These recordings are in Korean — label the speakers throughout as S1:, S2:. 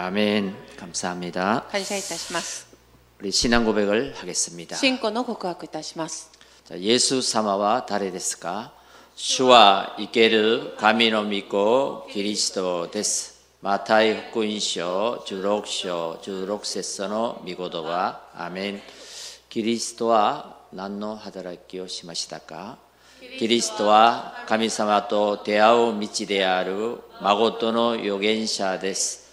S1: 아멘. 감사합니다.
S2: 感謝いたします。
S1: 우리 신앙 고백을 하겠습니다.
S2: 信仰の告白いたします。
S1: 자, 예수 사마와 다레데스가 주와 이케르 가미노 믿고 기리스도 데스 마타이 후쿠인쇼 주록쇼 주록세서노 미고도와 아멘. 기리스도와 난노 하다라키오 시마시다까 キリストは神様と出会う道である孫の預言者です。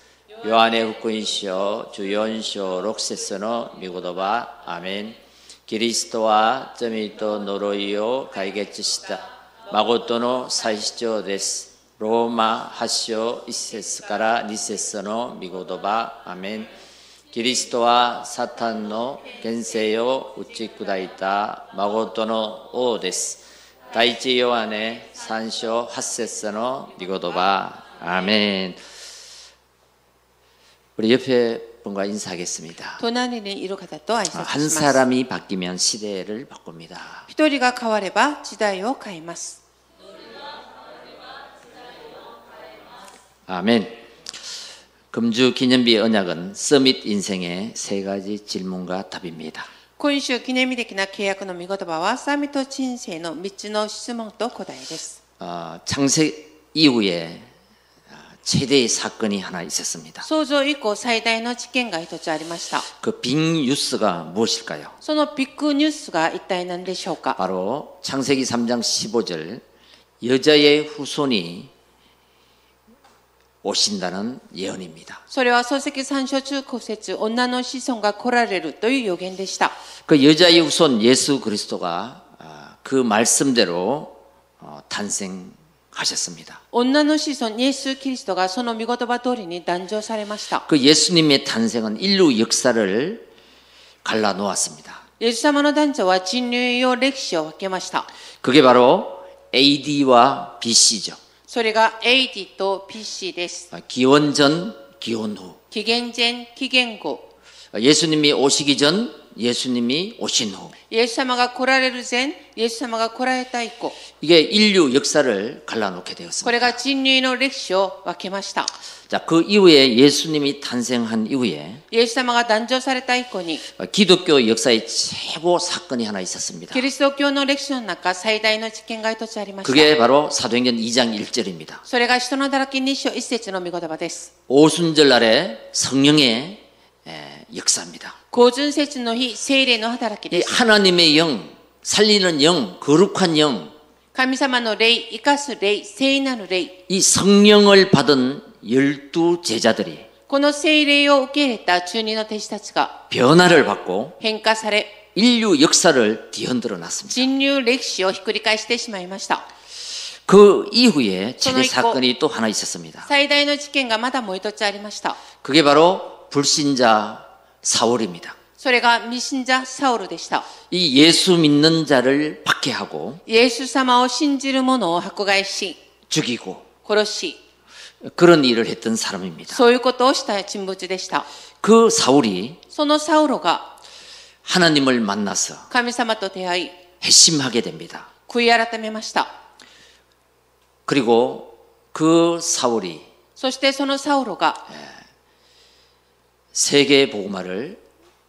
S1: ヨハネ福音書14章6節の御言葉、アーメン。キリストは罪と呪いを解決した孫の最主張です。ローマ8章1節から2節の御言葉、アーメン。キリストはサタンの権勢を打ち砕いた孫の王です。第一ヨハネ3章8節の御言葉アーメン 우리 옆에 분과 인사하겠습니다.
S2: 隣にいる方と挨拶し
S1: 아,
S2: ま
S1: 한
S2: す。
S1: 사람이 바뀌면 시대를 바꿉니다.
S2: 一人が変われば時代を変えます。
S1: 아멘. 금주 기념비 언약은 서밋 인생의 세 가지 질문과 답입니다.
S2: 今週記念日的な契約の見言葉は、サミット人生の3つの質問と答えです。
S1: 아, 창세 이후에 아, 최대의 사건이 하나 있었습니다.
S2: 創造以降最大の事件が一つありました。
S1: 그 빅 뉴스가 무엇일까요?
S2: そのビッグニュースが一体何でしょうか
S1: 바로 창세기 3장 15절 여자의 후손이 오신다는 예언입니다.
S2: それは漱石三章中古説、女の子孫が来られるという予言でした。
S1: 그 여자의 후손 예수 그리스도가 아, 그 말씀대로 어, 탄생하셨습니다.
S2: 女の子孫イエス・キリストがその見言葉通りに誕生されました。
S1: 그 예수님의 탄생은 인류 역사를 갈라 놓았습니다.
S2: イエス様の男女は人類用歴史を分けました。
S1: 그게 바로 AD와 BC죠.
S2: それが AD と PC です。
S1: 기원전, 기원후.
S2: 紀元前、紀元後。
S1: 예수님이 오시기 전, 예수님이 오신 후.
S2: イエス様が来られる前、イエス様が来られた以降。
S1: 이게 인류 역사를 갈라놓게
S2: こ
S1: 되었습니다.
S2: れが人類の歴史を分けました。
S1: 자, 그 이후에 예수님이 탄생한 이후에
S2: イエス様が誕生された以降に、
S1: 기독교 역사의 최고 사건이 하나 있었습니다.
S2: キリスト教の歴史の中最大の事件が一つありました。
S1: 그게 바로 사도행전 2장 1절입니다.
S2: それが人の働き2章1節の見言葉です。
S1: 오순절 날에 성령의 에, 역사입니다.
S2: 高順節の日、聖霊の働き
S1: 이
S2: です。
S1: 하나님의 영, 살리는 영, 거룩한 영,
S2: 神様の霊、生かす霊、聖なる霊。
S1: 이 성령을 받은 열두 제자들이
S2: この聖霊を受け入れた中二の弟子たちが
S1: 변화를 받고
S2: 変化され
S1: 인류 역사를 뒤흔들어 놨습니다.
S2: 人類歴史をひっくり返してしまいました
S1: 그 이후에 최대 사건이 또 하나 있었습니다.
S2: 最大の事件がまだもう一つありました
S1: 그게 바로 불신자 사울입니다.
S2: それが未信者サウルでした
S1: 이 예수 믿는 자를 박해하고
S2: イエス様を信じる者を迫害し
S1: 죽이고
S2: 殺し
S1: 그런 일을 했던 사람입니다.
S2: そういうことをした人物でした
S1: 그 사울이
S2: そのサウロが
S1: 하나님을 만나서
S2: 神様と出会い
S1: 회심하게 됩니다.
S2: 悔い改めました
S1: 그리고 그 사울이
S2: そしてそのサウロが
S1: 세계 복음화를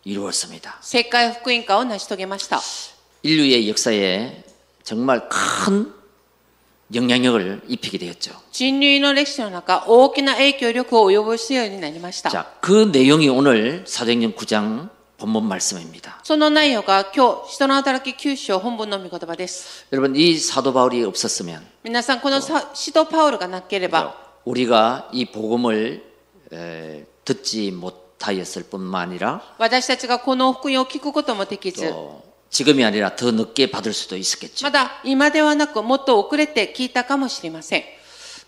S1: 이루었습니다.
S2: 世界福音化を成し遂げました
S1: 인류의 역사에 정말 큰 영향력을 입히게 되었죠.
S2: 人類の歴史の中大きな影響力を及ぼすようになりました
S1: 자, 그 내용이 오늘 사도행전 9장 본문 말씀입니다.
S2: その内容が今日、人の働き9章本文の御言葉です。
S1: 여러분 이 사도 바울이 없었으면
S2: 皆さん、このさ使徒パウルがなければ、
S1: 우리가 이 복음을 에, 듣지 못하였을 뿐만 아니라
S2: 私たちがこの福音を聞くこともできず、
S1: 또 지금이 아니라 더 늦게 받을 수도 있었겠죠.
S2: まだ今ではなく、もっと遅れて聞いたかもしれません。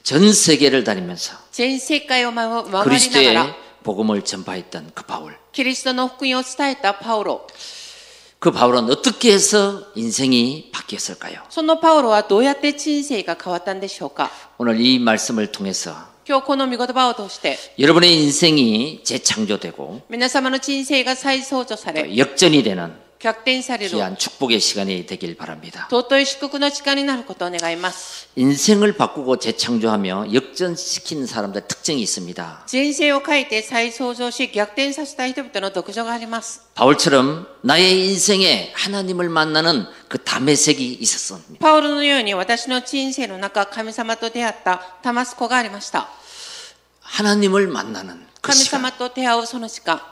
S1: 전 세계를 다니면서
S2: 全世界を回回りなが
S1: 그리스도의
S2: ら、
S1: 복음을 전파했던 그 바울.
S2: キリストの福音を伝えたパウロ。
S1: 그 바울은 어떻게 해서 인생이 바뀌었을까요?
S2: そのパウロはどうやって人生が変わったんでしょうか
S1: 오늘 이 말씀을 통해서
S2: 今日この御言葉を通して、
S1: 여러분의 인생이 재창조되고
S2: 皆様の人生が再創造され、
S1: 역전이 되는
S2: 逆転される
S1: 귀한 축복의 시간이 되길 바랍니다.
S2: 尊い祝福の力になることを願います。
S1: 인생을 바꾸고 재창조하며 역전시킨 사람들 특징이 있습니다.
S2: 人生を変えて再創造し逆転させた人々の特徴があります。
S1: 바울처럼 나의 인생에 하나님을 만나는 그 담의색이 있었습니다.
S2: パウロのように私の人生の中、神様と出会ったタマスコがありました。
S1: 하나님을 만나는 그
S2: 神
S1: 시간.
S2: 様と出会うその時間、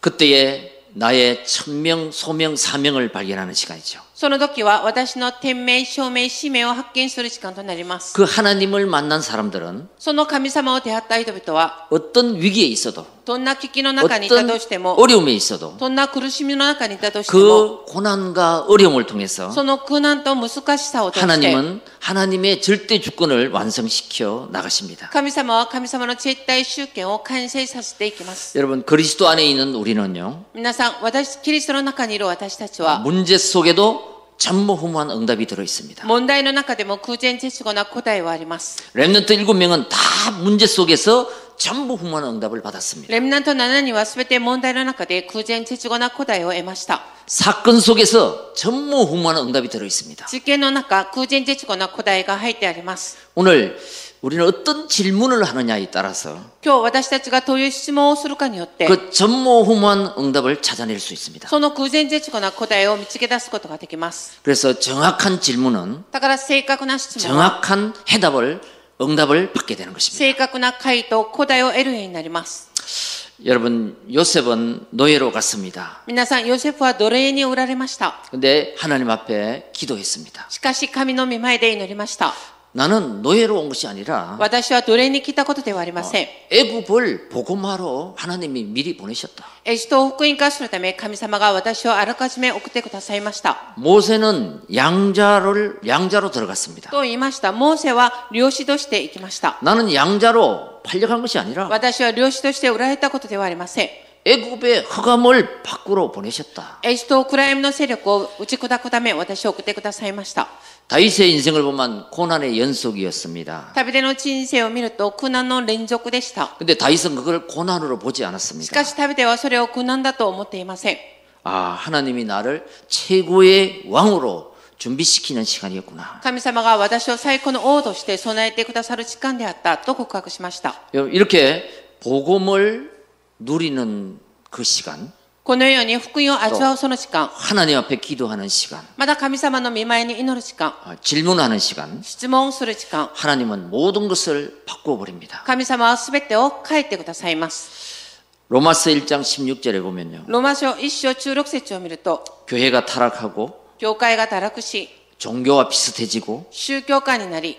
S1: 그때에 나의 천명, 소명, 사명을 발견하는 시간이죠.
S2: その時は私の天命、証明、使命を発見する時間となります。
S1: 그 하나님을 만난 사람들은
S2: その神様を出会った人々は、
S1: 어떤 위기에 있어도
S2: どんな危機の中にいた
S1: 어떤
S2: としても、
S1: 어려움에 있어도
S2: どんな苦しみの中にいたとしても、
S1: 그 고난과 어려움을 통해서
S2: その苦難と難しさを通して、
S1: 하나님은 하나님의 절대 주권을 완성시켜 나가십니다.
S2: 神様は神様の絶対集権を完成させていきます。
S1: 여러분 그리스도 안에 있는 우리는요
S2: 皆さん、私、キリストの中にいる私たちは、
S1: 문제 속에도 전무후무한 응답이 들어 있습니다.
S2: 問題の中でも空前絶後な答えはあります。
S1: 렘넌트 일곱 명은 다 문제 속에서 전무후무한 응답을 받았습니다.
S2: レムナント7人は全て問題の中で空前絶後な答えを得ました。
S1: 사건 속에서 전무후무한 응답이 들어 있습니다.
S2: 実験の中、空前絶後な答えが入ってあります。
S1: 오늘 우리는 어떤 질문을 하느냐에 따라서
S2: 今日私たちがどういう質問をするかによって、
S1: 그 전무후무한 응답을 찾아낼 수 있습니다.
S2: その空前絶後な答えを見つけ出すことができます。
S1: 그래서 정확한 질문은
S2: だから正確な質問は、
S1: 정확한 해답을 응답을 받게 되는 것입니다.
S2: 正確な回答、答えを得るようになります。
S1: 여러분 요셉은 노예로 갔습니다.
S2: 皆さん、ヨセフは奴隷に売られました。
S1: 근데 하나님 앞에 기도했습니다.
S2: しかし神の御前で祈りました。
S1: 나는 노예로 온 것이 아니라
S2: 私は奴隷に来たことではありません。
S1: 애굽을 복음하러 하나님이 미리 보내셨다.
S2: エジトを福音化するため神様が私をあらかじめ送ってくださいました。
S1: 모세는 양자를 양자로 들어갔습니다.
S2: と言いました。モーセは漁師として行きました。
S1: 나는 양자로 팔려간 것이 아니라
S2: 私は漁師として売られたことではありません。
S1: 애굽의 허감을 밖으로 보내셨다.
S2: エジトをクライムの勢力を打ち砕くため私を送ってくださいました。
S1: 다윗의 인생을 보면 고난의 연속이었습니다.
S2: 旅での人生を見ると苦難の連続でした。
S1: 근데 다윗은 그걸 고난으로 보지
S2: しか
S1: 않았습니다.
S2: し旅ではそれを苦難だと思っていません。
S1: 아, 하나님이 나를 최고의 왕으로 준비시키는 시간이었구나.
S2: 神様が私を最高の王として備えてくださる時間であったと告白しました。
S1: 여러분, 이렇게 복음을 누리는 그 시간,
S2: このように福音を味わうその時間、
S1: 하나님 앞에 기도하는 시간,
S2: まだ神様の見前に祈る時間、
S1: 아, 질문하는 시간,
S2: 質問する時間、
S1: 하나님은 모든 것을 바꾸어 버립니다.
S2: 神様は全てを書いてくださいます。
S1: 로마서 1장 16절에 보면요.
S2: ローマ書一章中六節を見ると、
S1: 교회가 타락하고
S2: 教会が堕落し、
S1: 종교와 비슷해지고
S2: 宗教家になり、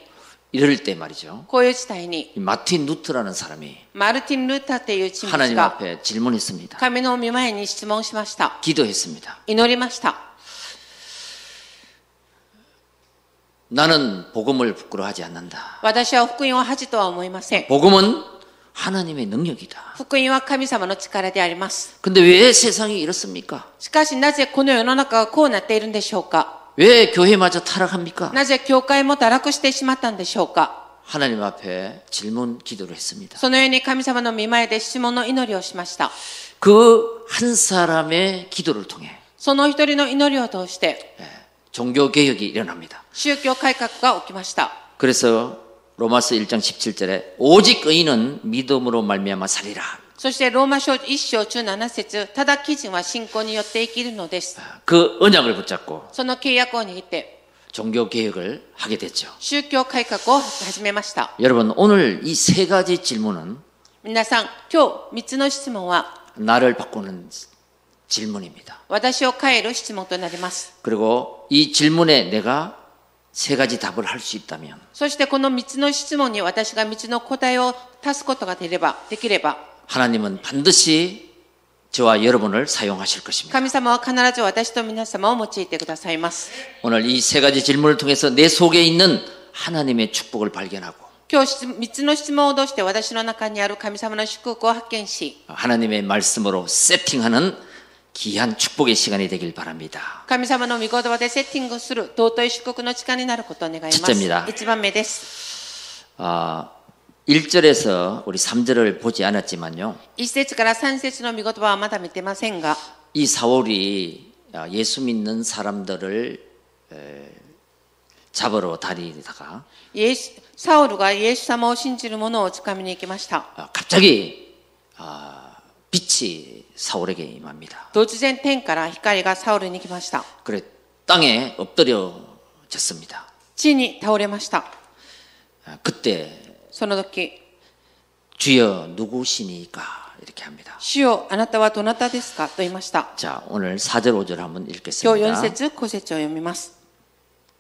S1: 이럴 때 말이죠.
S2: こういう事態に、
S1: 이 마틴 루트라는 사람이
S2: マルティン・ルーターという人物
S1: 하나님
S2: が、
S1: 앞에 질문했습니다.
S2: 神の見前に質問しました。
S1: 기도했습니다.
S2: 祈りました。
S1: 나는 복음을 부끄러워하지 않는다.
S2: 私は福音を恥とは思いません。
S1: 복음은 하나님의 능력이다.
S2: 福音は神様の力であります。
S1: 근데 왜 세상이 이렇습니까?
S2: しかしなぜこの世の中がこうなっているんでしょうか
S1: 왜 교회마저 타락합니까?
S2: なぜ教会も堕落してしまったんでしょうか
S1: 하나님 앞에 질문 기도를 했습니다.
S2: そのように神様の見前で質問の祈りをしました。
S1: 그 한 사람의 기도를 통해
S2: その一人の祈りを通して、
S1: 종교 개혁이 일어납니다.
S2: 宗教改革が起きました。
S1: 그래서 로마서 1장 17절에 오직 의인은 믿음으로 말미암아 살리라.
S2: そしてローマ書1章17節ただ基人は信仰によって生きるのです。
S1: 그 언약을 붙잡고
S2: その契約を握って、
S1: 종교 개혁을 하게 됐죠.
S2: 宗教改革を始めました。
S1: 여러분 오늘 이 세 가지 질문은
S2: 皆さん、今日3つの質問は、
S1: 나를 바꾸는 질문입니다.
S2: 私を変える質問となります。
S1: 그리고 이 질문에 내가 세 가지 답을 할 수 있다면
S2: そしてこの3つの質問に私が3つの答えを足すことができれば、できれば、
S1: 하나님은 반드시 저와 여러분을 사용하실 것입니다.
S2: 神様は必ず私と皆様を用いてくださいます。
S1: 오늘 이 세 가지 질문을 통해서 내 속에 있는 하나님의 축복을 발견하고
S2: 今日3つの質問を通して私の中にある神様の祝福を発見し、
S1: 하나님의 말씀으로 세팅하는 귀한 축복의 시간이 되길 바랍니다.
S2: 神様の御言葉でセッティングする尊い祝福の力になることを願いま
S1: ち
S2: す。
S1: っちゃいみだ
S2: 1番目です。
S1: 아, 1절에서 우리 3절을 보지 않았지만요.
S2: 1節から3節の御言葉はまだ見てませんが、
S1: 이 사울이 아, 예수 믿는 사람들을 에, 잡으러 다니다가
S2: イエスサウルがイエス様を信じる者を掴みに行きました。
S1: 아, 갑자기 아, 빛이 사울에게 임합니다.
S2: 突然天から光がサウルに来ました。
S1: 그래 땅에 엎드려졌습니다.
S2: 地に倒れました。
S1: 아, 그때
S2: その時、
S1: 주여 누구시니까 이렇게 합니다.
S2: 主よ、あなたはどなたですかと言いました。
S1: 자 오늘 4절 5절 한번
S2: 今日4
S1: 읽겠습니다.
S2: 節5節を読みます。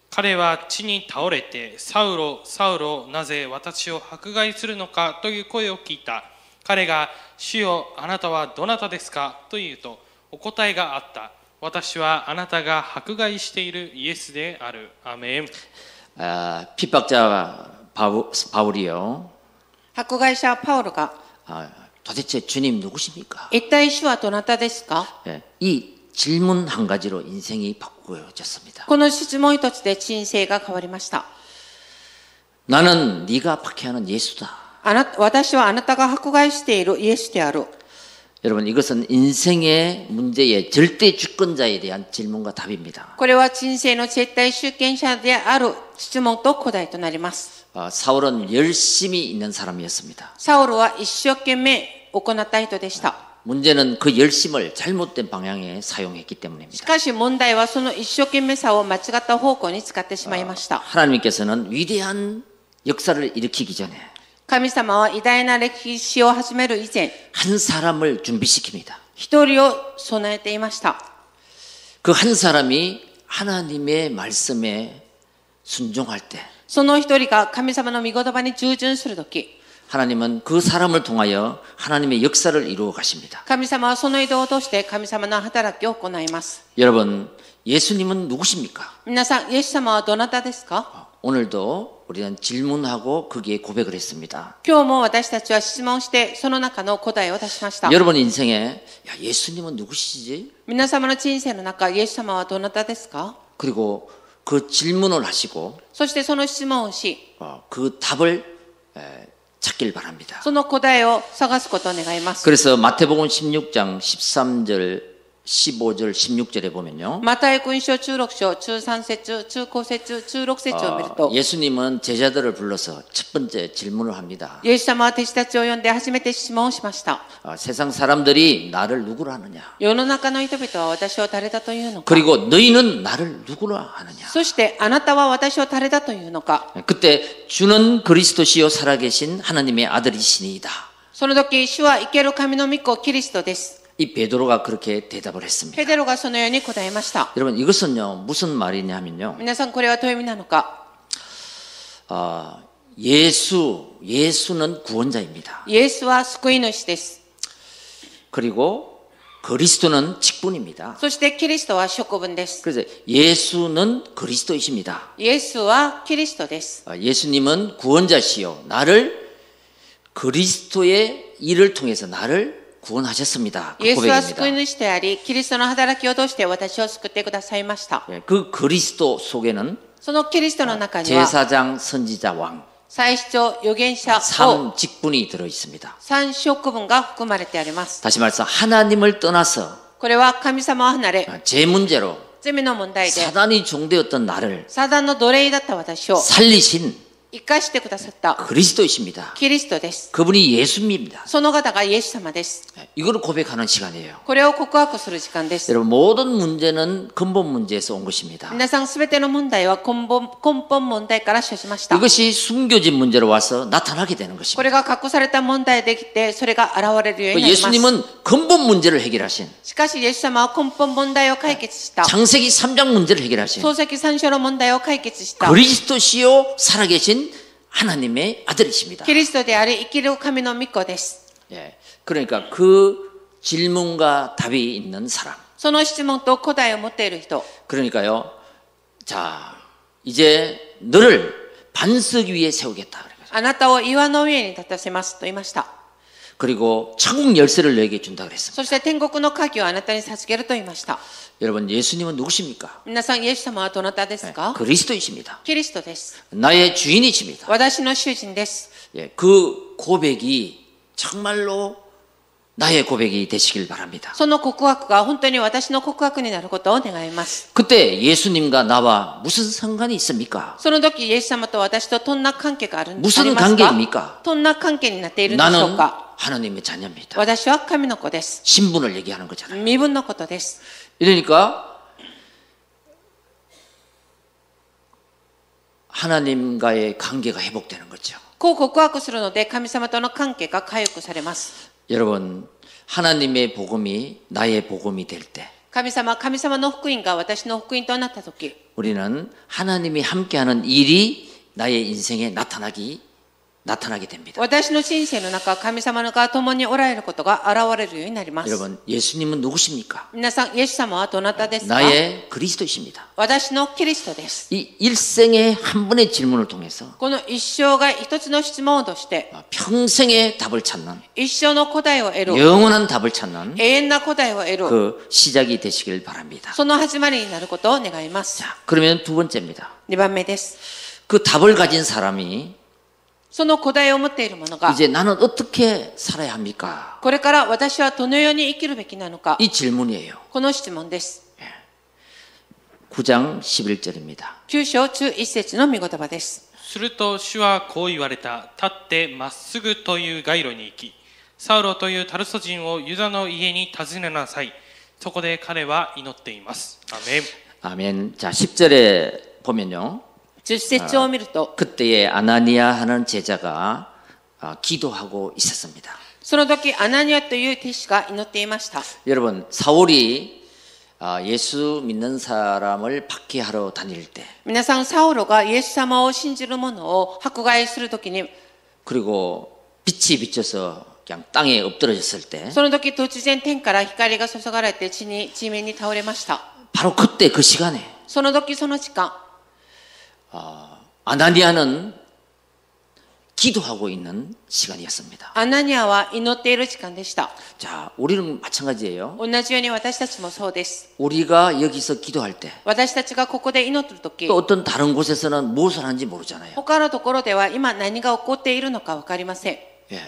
S3: 彼は地に倒れて、サウロ、サウロ、なぜ私を迫害するのかという声を聞いた。彼が、主よ、あなたはどなたですかと言うと、お答えがあった。私はあなたが迫害しているイエスである。アーメン。
S1: 아, 핍박자 바울, 바울이요.
S2: 迫害者パウルが、
S1: 아, 도대체 주님 누구십니까?
S2: 一体主はどなたですか
S1: 예, 이 질문 한 가지로 인생이 바꾸어졌습니다.
S2: この質問一つで人生が変わりました。
S1: 나는 네가 박해하는 예수다.
S2: あな私はあなたが迫害しているイエスである。
S1: 여러분 이것은 인생의 문제의 절대 주권자에 대한 질문과 답입니다.
S2: これは人生の絶対主権者である質問と答えとなります。
S1: 아, 사울은 열심히 있는 사람이었습니다.
S2: サウルは一生懸命行った人でした。
S1: 문제는 그 열심을 잘못된 방향에 사용했기
S2: し
S1: 때문입니다.
S2: かし問題はその一生懸命さを間違った方向に使ってしまいました。
S1: 하나님께서는 위대한 역사를 일으키기 전에
S2: 神様は偉大な歴史を始める以前、
S1: 한 사람을 준비시킵니다.
S2: 一人を備えていました。
S1: 그 한 사람이 하나님의 말씀에 순종할 때
S2: その一人が神様の御言葉に従順するとき、
S1: 하나님은 그 사람을 통하여 하나님의 역사를 이루어 가십니다.
S2: 神様はその移動を通して神様の働きを行います。
S1: 여러분, 예수님은 누구십니까?
S2: 皆さん、イエス様はどなたですか
S1: 오늘도 우리는 질문하고 거기에 고백을 했습니다.
S2: 今日も私たちは質問して、その中の答えを出しました。
S1: 여러분 인생에 야, 예수님은 누구시지?
S2: 皆様の人生の中、イエス様はどなたですか
S1: 그리고 그 질문을 하시고
S2: そしてその質問をし、
S1: 어, 그 답을 에, 찾길 바랍니다.
S2: その答えを探すことを願います。
S1: 그래서 마태복음 16장 13절, 15절, 16절에 보면요.
S2: マタイ福音書16章中3節中5節中6節を見る
S1: 어,
S2: と、
S1: 예수님은 제자들을 불러서 첫 번째 질문을 합니다.
S2: イエス様は弟子たちを呼んで初めて質問をしました。
S1: 어, 세상 사람들이 나를 누구로 하느냐?
S2: 世の中の人々は私を誰だというのか。
S1: 그리고 너희는 나를 누구로 하느냐?
S2: そしてあなたは私を誰だというのか。
S1: 그때 주는 그리스도시요 살아계신 하나님의 아들이시니이다.
S2: その時、主は生ける神の御子キリストです。
S1: 이 베드로가 그렇게 대답을 했습니다.
S2: ペデロがそのように答えました。
S1: 여러분 이것은요 무슨 말이냐면요
S2: 皆さんこれはどういう意味なのか。
S1: 아, 예수 예수는 구원자입니다.
S2: イエスは救い主です。
S1: 그리고 그리스도는 직분입니다.
S2: そしてキリストは職分です。
S1: 그래서 예수는 그리스도이십니다.
S2: イエスはキリストです。
S1: 아, 예수님은 구원자시요. 나를 그리스도의 일을 통해서 나를 구원하셨습니다. 그
S2: イエスは救い
S1: 고백입니다.
S2: 主であり、キリストの働きを通して私を救ってくださいました。
S1: 예, 그 그리스도 속에는
S2: そのキリストの中には、
S1: 제사장, 선지자, 왕,
S2: 最主張、預言者を
S1: 삼 직분이 들어 있습니다.
S2: 三職分が含まれてあります。
S1: 다시 말해서 하나님을 떠나서
S2: これは神様を離れ、
S1: 제 문제로
S2: 罪の問題で、
S1: 사단이 종되었던 나를
S2: サダンの奴隷だった私を
S1: 살리신
S2: 生かしてくださった
S1: 그리스도이십니다.
S2: キリストです。
S1: 그분이 예수입니다.
S2: その方がイエス様です。
S1: 예, 이걸 고백하는 시간이에요.
S2: これを告白する時間です。
S1: 여러분 모든 문제는 근본 문제에서 온 것입니다.
S2: 皆さんすべての問題は根本根本問題から処しました。
S1: 이것이 숨겨진 문제로 와서 나타나게 되는
S2: こ
S1: 것입니다.
S2: れが隠された問題できて、それが現れるようになります。
S1: 예수님은 근본 문제를 해결하신
S2: しかし、イエス様は根本問題を解決した。
S1: 창세기 3장 문제를 해결하신
S2: 漱石三章の問題を解決した。
S1: 그리스도시요 살아계신 하나님의 아들이십니다.
S2: キリストであり、生きる神の御子です。
S1: 예, 그러니까 그 질문과 답이 있는 사람.
S2: その質問と答えを持っている人。
S1: 그러니까요. 자, 이제 너를 반석 위에 세우겠다. 그래요.
S2: あなたを岩の上に立たせますと言いました。
S1: 그리고 천국 열쇠를 너에게 준다 그랬습니다.
S2: そして天国の鍵をあなたに授けると言いました。
S1: 여러분, 예수님은 누구십니까? 예,
S2: 皆さん、イエス様はどなたですか
S1: 그리스도이십니다.
S2: キリストです。
S1: 나의 예, 주인이십니다.
S2: 私の主人です。
S1: 예, 그 고백이 정말로 나의 고백이 되시길 바랍니다.
S2: その告白が本当に私の告白になることを願います。
S1: 그때 예수님과 나와 무슨 상관이 있습니까?
S2: その時、イエス様と私とどんな関係があるんです
S1: 무슨
S2: あります
S1: 관계입니까
S2: かどんな関係になっているんでしょ
S1: 나는
S2: うか
S1: 하나님의 자녀입니다.
S2: 私は神の子です。
S1: 신분을 얘기하는 거잖아요.
S2: 身分のことです。
S1: 이러니까 하나님과의 관계가 회복되는 거죠.
S2: こう告白するので、神様との関係が回復されます。
S1: 여러분, 하나님의 복음이 나의 복음이 될 때
S2: 神様、神様の福音が私の福音となった時、
S1: 우리는 하나님이 함께하는 일이 나의 인생에 나타나기 나타나게 됩니다.
S2: 私の人生の中、神様が共におられることが現れるようになります。
S1: 여러분, 예수님은 누구십니까?
S2: 皆さん、イエス様はどなたですか
S1: 나의 그리스도이십니다.
S2: 私のキリストです。
S1: 이 일생의 한 번의 질문을 통해서
S2: この一生が一つの質問として、
S1: 평생의 답을 찾는
S2: 一生の答えを得る、
S1: 영원한 답을 찾는
S2: 永遠な答えを得る、
S1: 그 시작이 되시길 바랍니다.
S2: その始まりになることを願います。
S1: 그러면 두 번째입니다.
S2: 2番目です。
S1: 그 답을 가진 사람이
S2: その答えを持っているものが、
S1: 이제 나는 어떻게 살아야 합니까?
S2: これから私はどのように生きるべきなのか、
S1: 이 질문이에요.
S2: この質問です。
S1: 9장 11절입니다.
S2: 九章中一節の見言葉です。
S3: すると主はこう言われた立ってまっすぐという街路に行きサウロというタルソ人をユダの家に訪ねなさいそこで彼は祈っていますアメン
S1: 아멘. 자, 10절에 보면요.
S2: 十節を見ると、
S1: 그때에 아나니아 하는 제자가 아, 기도하고 있었습니다.
S2: その時アナニアという弟子が祈っていました。
S1: 여러분, 사울이 아, 예수 믿는 사람을 박해하러 다닐 때
S2: 皆さん、サウロがイエス様を信じる者を迫害する時に、
S1: 그리고 빛이 비쳐서 그냥 땅에 엎드러졌을 때
S2: その時突然天から光が注がれて地に地面に倒れました。
S1: 바로 그때 그 시간에
S2: その時その時間、
S1: 아나니아는 기도하고 있는 시간이었습니다.
S2: アナニアは祈っている時間でした。
S1: 자, 우리는 마찬가지예요.
S2: 同じように私たちもそうです。
S1: 우리가 여기서 기도할 때 또
S2: 私たちがここで祈ってる時、
S1: 어떤 다른 곳에서는 무엇을 하는지 모르잖아요.
S2: 他のところでは今何が起こっているのかわかりません。
S1: 예.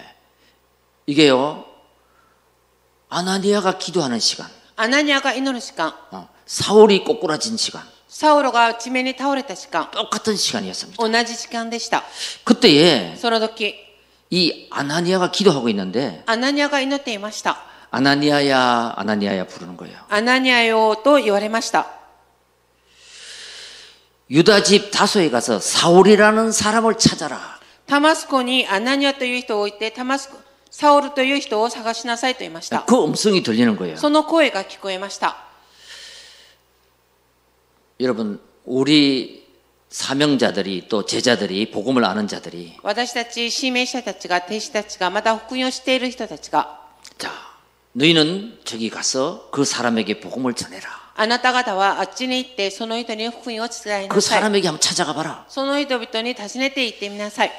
S1: 이게요. 아나니아가 기도하는 시간,
S2: アナニアが祈る時間、
S1: 어, 사울이 꼬꾸라진 시간,
S2: サウロが地面に倒れた時間、
S1: 똑같은 시간이었습니다.
S2: 同じ時間でした。
S1: 그때에
S2: その時、
S1: 이 아나니아가 기도하고 있는데
S2: アナニアが祈っていました。
S1: 아나니아야 아나니아야 부르는 거예요.
S2: アナニアよと言われました。
S1: 유다 집 다소에 가서 사울이라는 사람을 찾아라.
S2: タマスコにアナニアという人を置いて、タマスコ、サウルという人を探しなさいと言いました。
S1: 그 음성이 들리는 거예요.
S2: その声が聞こえました。
S1: 여러분 우리 사명자들이 또 제자들이 복음을 아는 자들이
S2: 私たち、指名者たちが、弟子たちが、また福音をしている人たちが、
S1: 자 너희는 저기 가서 그 사람에게 복음을 전해라.
S2: あなた方はあっちに行って、その人に福音を伝え
S1: 그
S2: なさい。
S1: 사람에게 한번 찾아가 봐라.
S2: その人々に尋ねて行ってみなさい。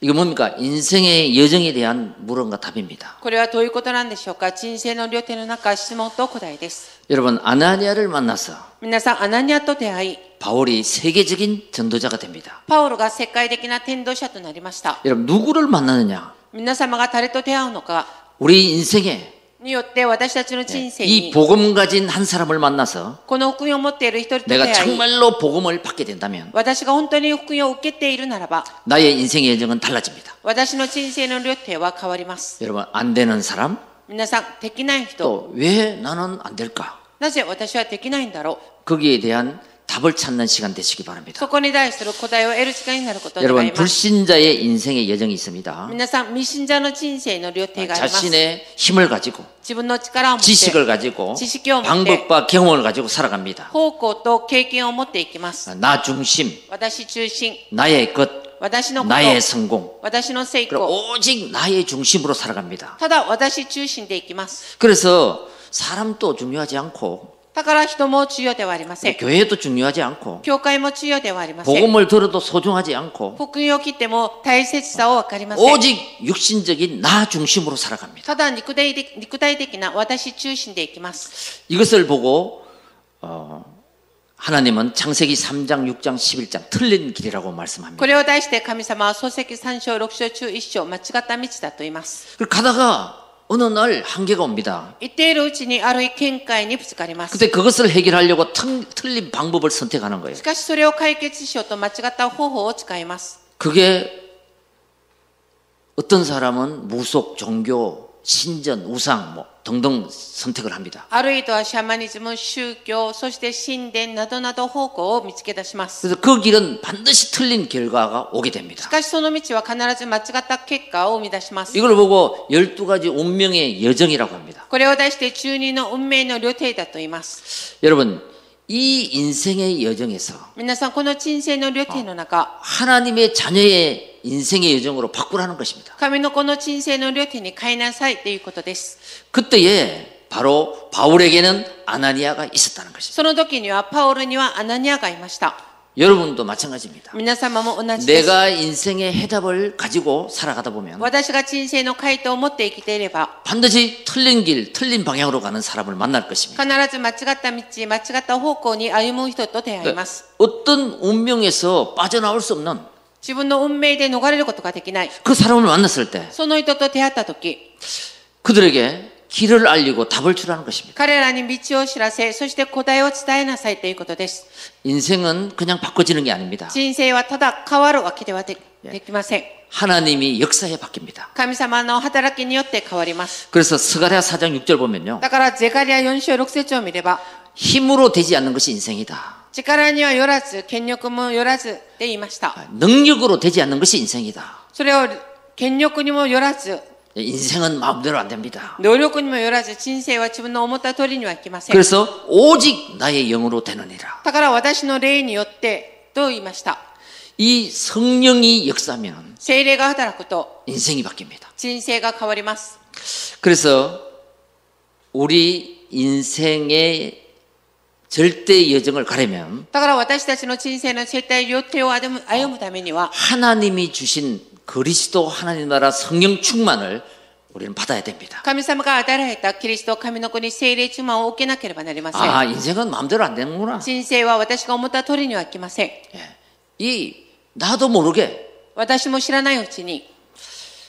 S1: 이게 뭡니까? 인생의 여정에 대한 물음과 답입니다.
S2: これはどういうことなんでしょうか人生の両手の中、質問と答えです。
S1: 여러분 아나니아를 만나서
S2: 皆さん、アナニアと出会い、
S1: 바울이 세계적인 전도자가 됩니다.
S2: パオロが世界的な天道者となりました。
S1: 여러분 누구를 만나느냐?
S2: 皆様が誰と出会うのか
S1: 우리 인생에
S2: によって、私たちの人生
S1: 이
S2: に、
S1: 복음 가진 한 사람을 만나서
S2: この福音を持っている一人と出
S1: 내가
S2: 会い、
S1: 정말로 복음을 받게 된다면
S2: 私が本当に福音を受けているならば、
S1: 나의 인생의 여정은 달라집니다.
S2: 私の人生の両手は変わります。
S1: 여러분 안 되는 사람
S2: 皆さん、できない人、
S1: 또 왜 나는 안 될까?
S2: なぜ私はできないんだろう
S1: 거기에 대한 답을 찾는 시간 되시기 바랍니다.
S2: そこに対する答えを得る時間になることを願い
S1: 여러분
S2: ます。
S1: 불신자의 인생의 여정이 있습니다.
S2: 皆さん、未信者の人生の両手があります。
S1: 자신의 힘을 가지고
S2: 自分の力を持って
S1: 지식을 、 가지고
S2: 네. 지식이 없는데
S1: 방법과 경험을 가지고 살아갑니다.
S2: 方向と経験を持っていきます。
S1: 나 중심,
S2: 私中心、
S1: 나의 것,
S2: 私のこと、
S1: 나의 성공.
S2: 私の成
S1: 그리고
S2: 功、
S1: 오직 나의 중심으로 살아갑니다.
S2: ただ私中心でいきます。
S1: 그래서 사람도 중요하지 않고
S2: だから人も重要ではありません。
S1: 교회도 중요하지 않고
S2: 教会も重要ではありません。
S1: 복음을 들어도 소중하지 않고
S2: 福音を切っても大切さをわかりません。
S1: 오직 육신적인 나 중심으로 살아갑니다.
S2: ただ肉体的肉体的な私中心でいきます。
S1: 이것을 보고 어, 하나님은 창세기 3장, 6장, 11장 틀린 길이라고
S2: こ
S1: 말씀합니다.
S2: れを題して神様は創世記3章6章中1章間違った道だと言います。
S1: 그리고 가다가 어느 날 한계가 옵니다.
S2: 言っているうちにある見解にぶつかります。
S1: 근데 그것을 해결하려고 틀- 틀린 방법을 선택하는 거예요.
S2: しかしそれを解決しようと間違った方法を使います。
S1: 그게 어떤 사람은 무속, 종교, 신전, 우상 뭐 등등 선택을 합니다.
S2: ある人はシャーマニズム、宗教、そして神殿などなど方向を見つけ出します。
S1: 그래서 그 길은 반드시 틀린 결과가 오게
S2: し
S1: 됩니다.
S2: かしその道は必ず間違った結果を生み出します。
S1: 이걸 보고 12가지 운명의 여정이라고 합니다.
S2: これを題して中二の運命の旅程だと言います。
S1: 여러분, 이 인생의 여정에서
S2: 皆さん、この人生の旅程の中、
S1: 하나님의 자녀의 인생의 여정으로 바꾸라는 것입니다.
S2: 神のこの人生の旅程に変えなさいということです。
S1: 그때에 바로 바울에게는 아나니아가 있었다는 것입니다.
S2: その時にはパオルにはアナニアがいました。
S1: 여러분도 마찬가지입니다.
S2: 皆様も同じです。
S1: 내가 인생의 해답을 가지고 살아가다 보면
S2: 私が人生の回答を持って生きていれば、
S1: 반드시 틀린 길, 틀린 방향으로 가는 사람을 만날 것입니다.
S2: 必ず間違った道、間違った方向に歩む人と出会います。
S1: 어떤 운명에서 빠져나올 수 없는
S2: 自分の運命で逃れることができない。
S1: 그 사람을 만났을 때
S2: その人と出会った時、
S1: 그들에게 길을 알리고 답을 주라는 것입니다.
S2: 彼らに道を知らせ、そして答えを伝えなさいということです。
S1: 인생은 그냥 바꿔지는 게 아닙니다.
S2: 人生はただ変わるわけではで
S1: ね
S2: できません。
S1: 하나님이 역사에 바뀝니다.
S2: 神様の働きによって変わります。
S1: 그래서 스가랴 4장 6절 보면요.
S2: だから、ゼカリア4章6節を見れば、
S1: 힘으로 되지 않는 것이 인생이다.
S2: 力にはよらず、権力もよらずって言いました。
S1: 능력으로 되지 않는 것이 인생이다.
S2: それを、権力にもよらず、
S1: 인생은 마음대로 안 됩니다.
S2: 能力にもよらず、人生は自分の思った通りにはいきません。
S1: 그래서 오직 나의 영으로 되느니라.
S2: だから私の霊によってと言いました。
S1: 이 성령이 역사하면
S2: 精霊が働くと
S1: 인생이 바뀝니다.
S2: 人生が変わります。
S1: 그래서 우리 인생의 절대 여정을 가려면
S2: だから私たちの人生の生態両手を歩む歩むためには
S1: 하나님이 주신 그리스도 하나님 나라 성령 충만을 우리는 받아야 됩니다.
S2: 神様が与えられたキリスト神の子に精霊充満を受けなければなりません。
S1: 아, 인생은 마음대로 안 되는구나.
S2: 人生は私が思った通りにはいきません。
S1: 예. 이 나도 모르게
S2: 私も知らないうちに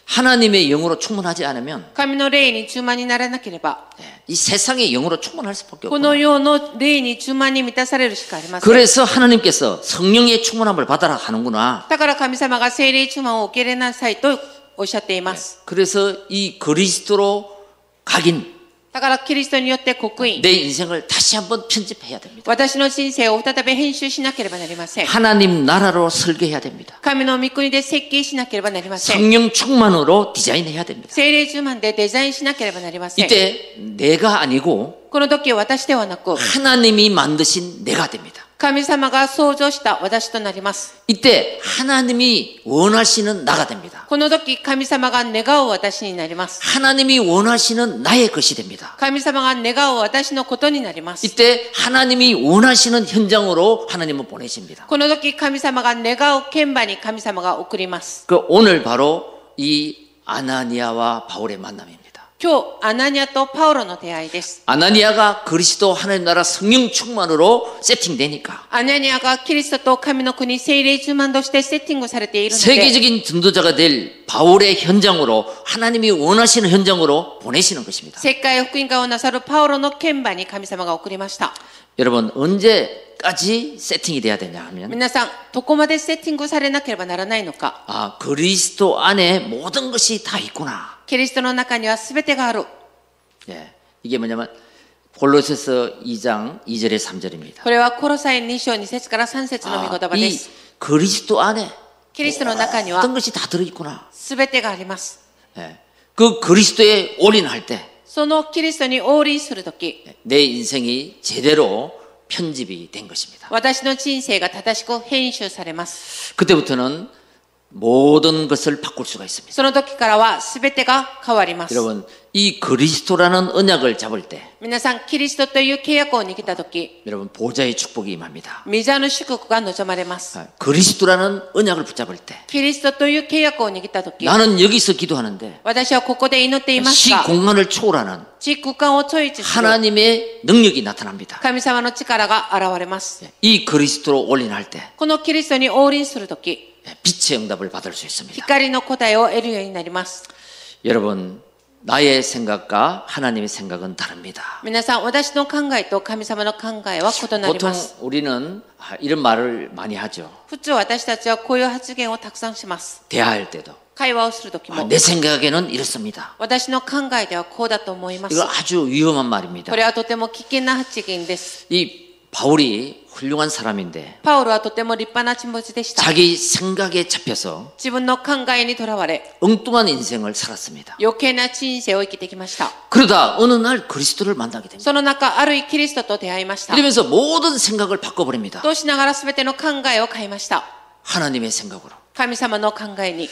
S1: 하나님의 영으로 충만하지 않으면
S2: 神の霊に充満にならなければ
S1: 예, 이 세상의 영으로 충만할 수밖에
S2: こ
S1: 없고.
S2: の世の霊に充満に満たされるしかありません。
S1: 그래서 하나님께서 성령의 충만함을 받아라 하는구나.
S2: だから神様が精霊充満を受け入れなさいとおっしゃっています。
S1: 그래서 이 그리스도로 각인
S2: だからキリストによって刻印。
S1: 내 인생을 다시 한번 편집해야 됩니다.
S2: 私の人生を再び編集しなければなりません。
S1: 하나님 나라로 설계해야 됩니다.
S2: 神の御国で設計しなければなりません。
S1: 성령 충만으로 디자인해야 됩니다.
S2: 精霊充満でデザインしなければなりません。
S1: 이때 내가 아니고
S2: この時私ではなく、
S1: 하나님이 만드신 내가 됩니다.
S2: 神様が創造した私となります。
S1: 이때 하나님이 원하시는 나가 됩니다.
S2: この時神様が願う私になります。
S1: 하나님이 원하시는 나의 것이 됩니다.
S2: 神様が願う私のことになります。
S1: 이때 하나님이 원하시는 현장으로 하나님은 보내십니다.
S2: この時神様が願う剣馬に神様が送ります。
S1: 그 오늘 바로 이 아나니아와 바울의 만남입니다.
S2: 今日、アナニアとパオロの出会いです。
S1: 아나니아가 그리스도 하나님 나라 성령 충만으로 세팅되니까
S2: アナニアがキリストと神の国精霊充満としてセッティングされているので、
S1: 세계적인 전도자가 될 바울의 현장으로 하나님이 원하시는 현장으로 보내시는 것입니다.
S2: 世界福音化をなさるパオロの剣馬に神様が送りました。
S1: 여러분 언제까지 세팅이 돼야 되냐 하면
S2: 皆さん、どこまでセッティングされなければならないのか。
S1: 아 그리스도 안에 모든 것이 다 있구나.
S2: キリストの中には全てがある。
S1: 예, 이게 뭐냐면 골로새서 2장 2절에 3절입니다.
S2: これはコロサイ2章2節から3節の御言葉で
S1: 아, 이
S2: す。
S1: 그리스도 안에
S2: キリストの中に
S1: 어떤
S2: は
S1: 것이 다 들어 있구나.
S2: 全てがあります。
S1: 예, 그 그리스도에 올인할 때 내
S2: そのキリストに応臨するとき、
S1: 인생이 제대로 편집이 된 것입니다.
S2: 私の人生が正しく編集されます。
S1: 그때부터는 모든 것을 바꿀 수가 있습니다.
S2: その時からは全てが変わります。
S1: 여러분, 이 그리스도라는 언약을 잡을 때
S2: 皆さん、キリストという契約を握ったとき、
S1: 여러분 보좌의 축복이 임합니다.
S2: 御座の祝福が望まれます。
S1: 아, 그리스도라는 언약을 붙잡을 때
S2: キリストという契約を握ったとき、
S1: 나는 여기서 기도하는데
S2: 私はここで祈っています
S1: 시
S2: が、
S1: 공간을 초월하는
S2: 地空間を超越する
S1: 하나님의 능력이 나타납니다.
S2: 神様の力が現れます。
S1: 이 그리스도로 올인할 때
S2: このキリストに応臨するとき、
S1: 빛의 응답을 받을 수 있습니다.
S2: 光の答えを得るようになります。
S1: 여러분 나의 생각과 하나님의 생각은 다릅니다.
S2: 皆さん、私の考えと神様の考えは異なり
S1: 보통
S2: ます。
S1: 우리는 아, 이런 말을 많이 하죠.
S2: 普通私たちはこういう発言をたくさんします。
S1: 대화할 때도
S2: 会話をするとき
S1: 아,
S2: も
S1: 내 。 생각에는 이렇습니다.
S2: 私の考えではこうだと思います
S1: 이거 。 아주 위험한 말입니다.
S2: これはとても危険な発言です。
S1: 이 바울이 훌륭한 사람인데
S2: パウロはとても立派な人物でした。
S1: 자기 생각에 잡혀서
S2: 自分の考えにとらわれ、
S1: 엉뚱한 인생을 살았습니다.
S2: 余計な人生を生きてきました。
S1: 그러다 어느 날 그리스도를 만나게 됩니다.
S2: その中、あるキリストと出会いました。
S1: 그러면서 모든 생각을 바꿔버립니다.
S2: としながら全ての考えを変えました。
S1: 하나님의 생각으로.
S2: 神様の考えに。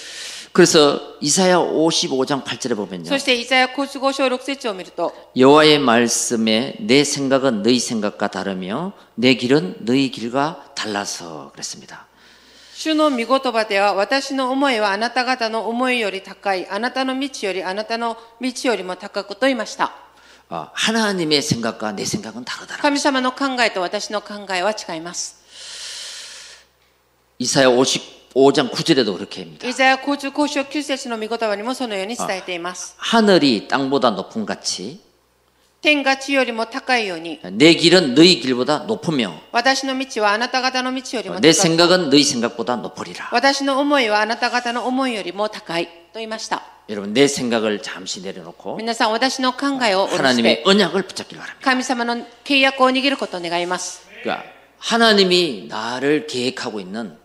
S1: 그래서 이사야 55장 8절에 보면요.
S2: そして、イザヤ55章6節を見ると、
S1: 여호와의 말씀에 내 생각은 너희 생각과 다르며 내 길은 너희 길과 달라서 그랬습니다.
S2: 主の御言葉では、私の思いはあなた方の思いより高い、あなたの道よりあなたの道よりも高くと言いました。
S1: 아, 하나님의 생각과 내 생각은 다르다.
S2: 神様の考えと私の考えは違います。
S1: 이사야 55장 9절에도 그렇게 합니다.
S2: イザヤ55章9節の御言葉にもそのように伝えています。
S1: 하늘이 땅보다 높은 같이
S2: 天が地よりも高いように、
S1: 내 길은 너희 길보다 높으며
S2: 私の道はあなた方の道よりも
S1: 내
S2: 高い。
S1: 생각은 너희 생각보다 높으리라.
S2: 私の思いはあなた方の思いよりも高いと言いました。
S1: 여러분 내 생각을 잠시 내려놓고
S2: 皆さん、私の考えを下ろして
S1: 하나님의 언약을 붙잡길 바랍니다.
S2: 神様の契約を握ることを願います。
S1: 그러니까 하나님이 나를 계획하고 있는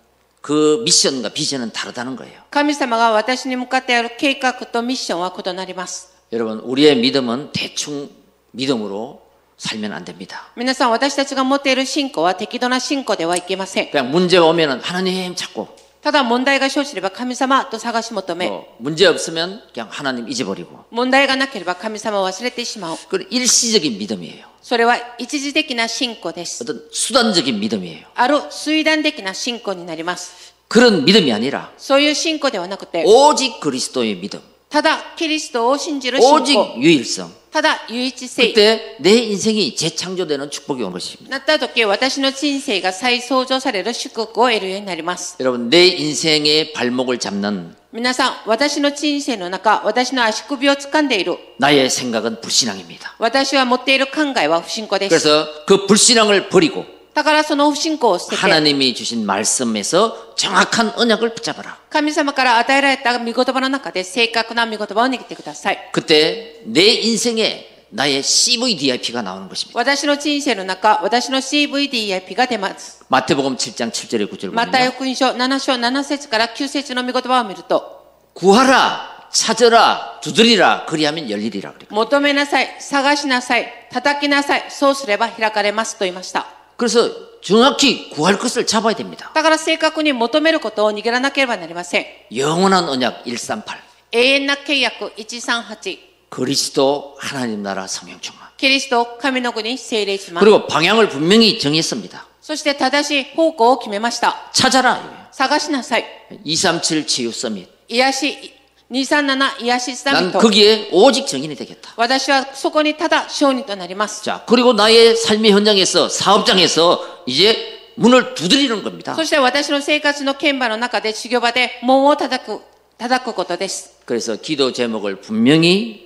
S1: 그 미션과 비전은 다르다는 거예요.
S2: 神様が私に向かってやる計画とミッションは異なります。
S1: 여러분 우리의 믿음은 대충 믿음으로 살면 안 됩니다.
S2: 皆さん、私たちが持っている信仰は適度な信仰ではいけません。
S1: 그냥 문제 오면은 하나님 찾고
S2: ただ問題が生じれば神様と探し求め、
S1: 뭐 문제 없으면 그냥 하나님 잊어버리고
S2: 問題がなければ神様を忘れてしまう。
S1: 그 일시적인 믿음이에요.
S2: それは一時的な信仰です。
S1: 어떤 수단적인 믿음이에요.
S2: ある水断的な信仰になります。
S1: 그런 믿음이 아니라
S2: そういう信仰ではなくて、
S1: 오직 그리스도의 믿음,
S2: ただキリストを信じる信
S1: 오직
S2: 仰、
S1: 유일성.
S2: ただ唯一性。
S1: 그때 내 인생이 재창조되는 축복이 온 것입니다.
S2: なった時、私の人生が再創造される祝福を得るようになります。
S1: 여러분 내 인생의 발목을 잡는
S2: 皆さん、私の人生の中、私の足首を掴んでいる。
S1: 나의 생각은 불신앙입니다.
S2: 私は持っている考えは不信仰です。
S1: 그래서 그 불신앙을 버리고
S2: だからその不信仰を捨てて、
S1: 하나님이 주신 말씀에서 정확한 언약을 붙잡아라.
S2: 神様から与えられた御言葉の中で正確な御言葉を握ってください。
S1: 그때 내 인생에 나의 CVDIP가 나오는 것입니다.
S2: 私の人生の中、私の CVDIP が出ます。
S1: 마태복음 7장 7절에 9절을
S2: また
S1: 보면
S2: 福音書7章7節から9節の御言葉を見ると、
S1: 구하라 찾으라 두드리라 그리하면 열리리라 그래요.
S2: 求めなさい、探しなさい、叩きなさい、そうすれば開かれますと言いました。
S1: 그래서 정확히 구할 것을 잡아야 됩니다.
S2: だから正確に求めることを握らなければなりません。
S1: 영원한 언약 138
S2: 永遠な契約138。
S1: 그리스도 하나님 나라 성령 충만
S2: キリスト、神の国、聖霊島。
S1: 그리고 방향을 분명히 정했습니다.
S2: そして正しい方向を決めました。
S1: 찾아라
S2: 探しなさい。
S1: 237 치유 서밋
S2: 癒し、237癒しサミ
S1: 난
S2: ット。
S1: 거기에 오직 정인이 되겠다.
S2: 私はそこにただ商人となります。
S1: 자 그리고 나의 삶의 현장에서 사업장에서 이제 문을 두드리는 겁니다.
S2: そして私の生活の現場の中で、修行場で門を叩く、叩くことです。
S1: 그래서 기도 제목을 분명히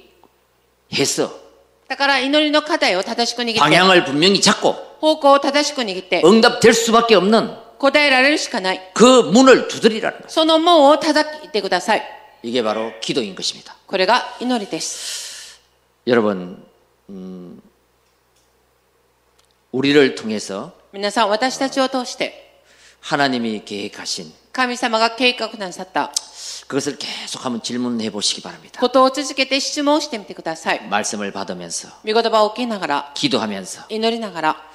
S1: 해서
S2: だから祈りの課題を正しく握って、
S1: 방향을 분명히 잡고
S2: 方向を正しく握って、
S1: 응답될 수밖에 없는
S2: 答えられるしかない。
S1: 그 문을 두드리라는 것.
S2: その門を叩いてください。
S1: 이게 바로 기도인 것입니다.
S2: これが祈りです。
S1: 여러분 음, 우리를 통해서
S2: 皆さん、私たちを通して、
S1: 하나님이 계획하신
S2: 神様が計画なさった
S1: 그것을 계속 한번 질문해 보시기 바랍니다.
S2: ことを続けて質問してみてください。
S1: 말씀을 받으면서
S2: 御言葉を受けながら、
S1: 기도하면서
S2: 祈りながら、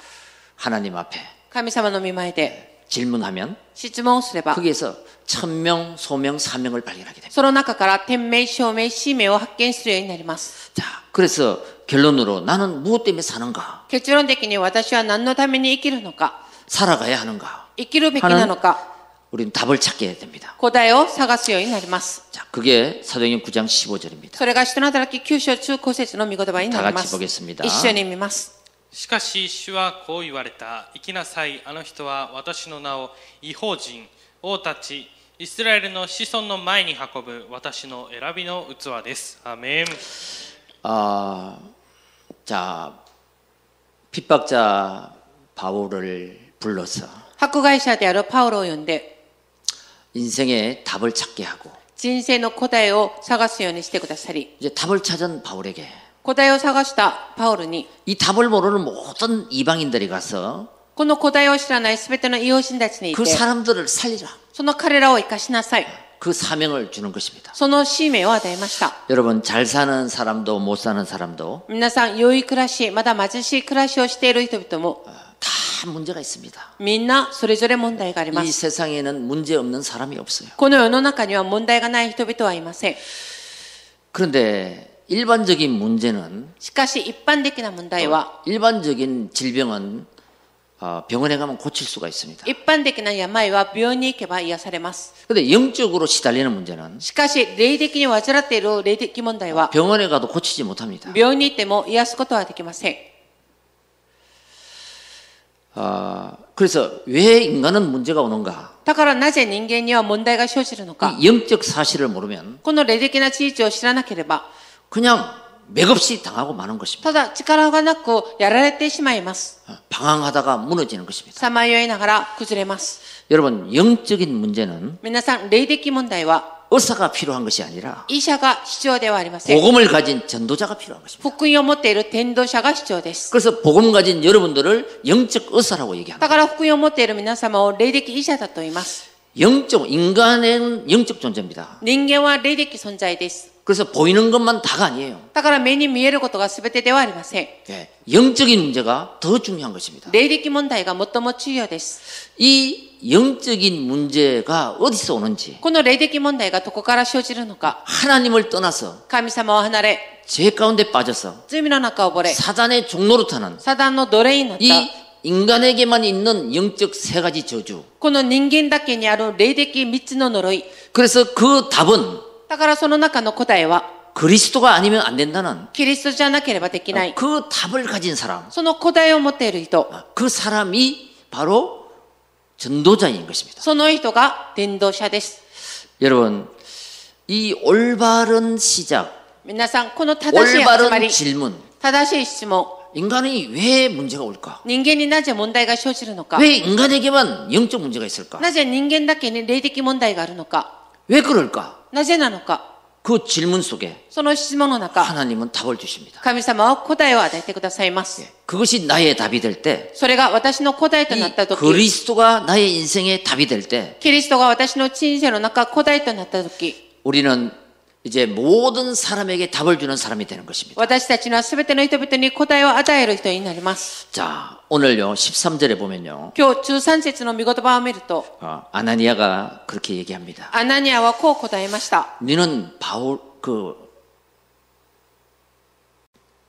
S1: 하나님 앞에
S2: 神様の御前で
S1: 질문하면
S2: 質問をすれば、
S1: 거기에서 천명, 소명, 사명을 발견하게 됩니다.
S2: その中から天命、証明、使命を発見するようになります。
S1: 자, 그래서 결론으로 나는 무엇 때문에 사는가?
S2: 結論的に私は何のために生きるのか、
S1: 살아가야 하는가?
S2: 生きるべきなのか、
S1: 우리는 답을 찾게 됩니다.
S2: 答えを探すようになります。
S1: 자, 그게 사도행전 9장 15절입니다.
S2: それが人の働き九章中古節の御言葉になり
S1: ただ
S2: ます。
S1: ちぼけすみだ
S2: 一緒に見ます。
S3: しかし主はこう言われた生きなさいあの人は私の名を異邦人王たちイスラエルの子孫の前に運ぶ私の選びの器です。アーメン。
S1: 아, 자, 핍박자 바울을 불러서
S2: 迫害者であるパウロを呼んで
S1: 인생의 답을 찾게 하고
S2: 人生の答えを探すようにしてくださり
S1: 이제 답을 찾은 바울에게
S2: 答えを探したパウルに
S1: 이 답을 모르는 모든 이방인들이 가서
S2: この答えを知らない全ての異邦人たちにいて
S1: 그 사람들을 살리라.
S2: その彼らを生かしなさい
S1: 그 사명을 주는 것입니다.
S2: その使命を与えました
S1: 여러분 잘 사는 사람도 못 사는 사람도
S2: 皆さん良い暮らしまだ貧しい暮らしをしている人々も
S1: 다 문제가 있습니다.
S2: みんなそれぞれ問題がありま
S1: 이
S2: す
S1: 세상에는 문제 없는 사람이 없어요.
S2: この世の中には問題がない人々はいません
S1: 그런데 일반적인 문제는
S2: しかし一般的な問題は
S1: 일반적인 질병은 어, 병원에 가면 고칠 수가 있습니다.
S2: 一般的な病は病院に行けば癒されます
S1: 근데 영적으로 시달리는 문제는
S2: しかし霊的に患っている霊的問題は
S1: 병원에 가도 고치지 못합니다.
S2: 病院に行っても癒すことはできません
S1: 아, 그래서 왜 인간은 문제가 오는가?
S2: だからなぜ人間には問題が生じるのか
S1: 이 영적 사실을 모르면
S2: この霊的な事実を知らなければ
S1: 그냥 맥없이 당하고 마는 것입니다.
S2: ただ力がなくやられてしまいます
S1: 어, 방황하다가 무너지는 것입니다.
S2: さまよいながら崩れます
S1: 여러분 영적인 문제는
S2: 皆さん霊的問題は
S1: 의사가 필요한 것이 아니라
S2: 医者が必要ではありません
S1: 복음을 가진 전도자가 필요한 것입니다.
S2: 福音を持っている伝道者が必要です
S1: 그래서 복음 가진 여러분들을 영적 의사라고 얘기합니다.
S2: だから福音を持っている皆様を霊的医者だと言います
S1: 영적 인간은 영적 존재입니다.
S2: 人間は霊的存在です
S1: 그래서 보이는 것만 다가 아니에요.
S2: だから目に見えることが全てではありません
S1: 예, 영적인 문제가 더 중요한 것입니다.
S2: 霊的問題が最も重要です
S1: 이 영적인 문제가 어디서 오는지
S2: この霊的問題がどこから生じるのか
S1: 하나님을 떠나서
S2: 神様を離れ
S1: 죄 가운데 빠져서
S2: 罪の中溺れ
S1: 사단의 종로로 타는
S2: サダンの奴隷になっ
S1: 이
S2: た
S1: 인간에게만 있는 영적 세 가지 저주.
S2: この人間だけにある霊的3つの呪い
S1: 그래서 그 답은
S2: だからその中の答えは
S1: 그리스도가 아니면 안 된다는
S2: キリストじゃなければできない
S1: 그 답을 가진 사람,
S2: その答えを持っている人
S1: 그 사람이 바로 전도자인 것입니다.
S2: その人が伝道者です
S1: 여러분, 이 올바른 시작,
S2: 皆さんこの正しい集まり
S1: 올바른 질문,
S2: 正しい質問
S1: 인간이 왜 문제가 올까?
S2: 人間になぜ問題が生じるのか
S1: 왜 인간에게만 영적 문제가 있을까?
S2: なぜ人間だけに霊的問題があるのか
S1: 왜 그럴까?
S2: なぜなのか
S1: 그 질문 속에
S2: その質問の中
S1: 하나님은 답을 주십니다. 예,
S2: 神様は答えを与えてくださいます、
S1: 그것이 나의 답이 될 때,
S2: それが私の答えとなった
S1: 이
S2: 時
S1: 그리스도가 나의 인생의 답이 될 때,
S2: キリストが私の人生の中答えとなった時
S1: 우리는 이제 모든 사람에게 답을 주는 사람이 되는 것입니다.
S2: 私たちの全ての人々に答えを与える人になります。
S1: 자, 오늘요, 13절에 보면요,
S2: 今日13節の見言葉を見ると、
S1: 어, 아나니아가 그렇게 얘기합니다.
S2: アナニアはこう答えました。
S1: 너는 바울 그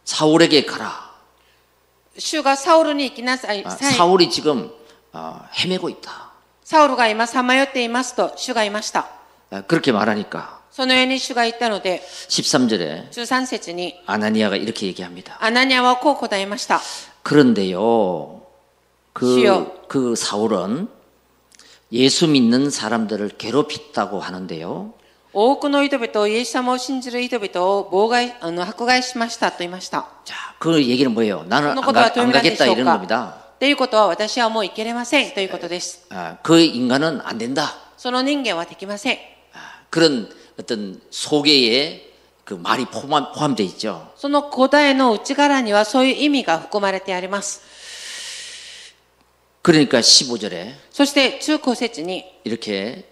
S1: 사울에게 가라.
S2: 主がサウルに行きなさい。
S1: 아,
S2: さい
S1: 사울이 지금 어, 헤매고 있다.
S2: サウルが今さまよっていますと主がいました。
S1: 아, 그렇게 말하니까
S2: そのように主が言ったので、
S1: 13절에
S2: 13節に
S1: 아나니아가 이렇게 얘기합니다.
S2: アナニアはこう答えました。
S1: 그런데요, 그,
S2: 시요.
S1: 그 사울은 예수 믿는 사람들을 괴롭혔다고 하는데요.
S2: 多くの人々をイエス様を信じる人々を妨害、あの、迫害しましたと言いました。
S1: 자, 그 얘기는 뭐예요? 나는 안,
S2: 그런
S1: 가,
S2: 것보다
S1: 안 가겠다
S2: 도움이
S1: 이런
S2: 되실까?
S1: 겁니다.
S2: ということは私はもう行けれませんということです。
S1: 아, 그 인간은 안 된다.
S2: その人間はできません。
S1: 그런 어떤 소개에 그 말이 포함, 포함되어 있죠.
S2: その答えの内柄にはそういう意味が含まれてあります。
S1: 그러니까 15절에
S2: そして中高節に
S1: 이렇게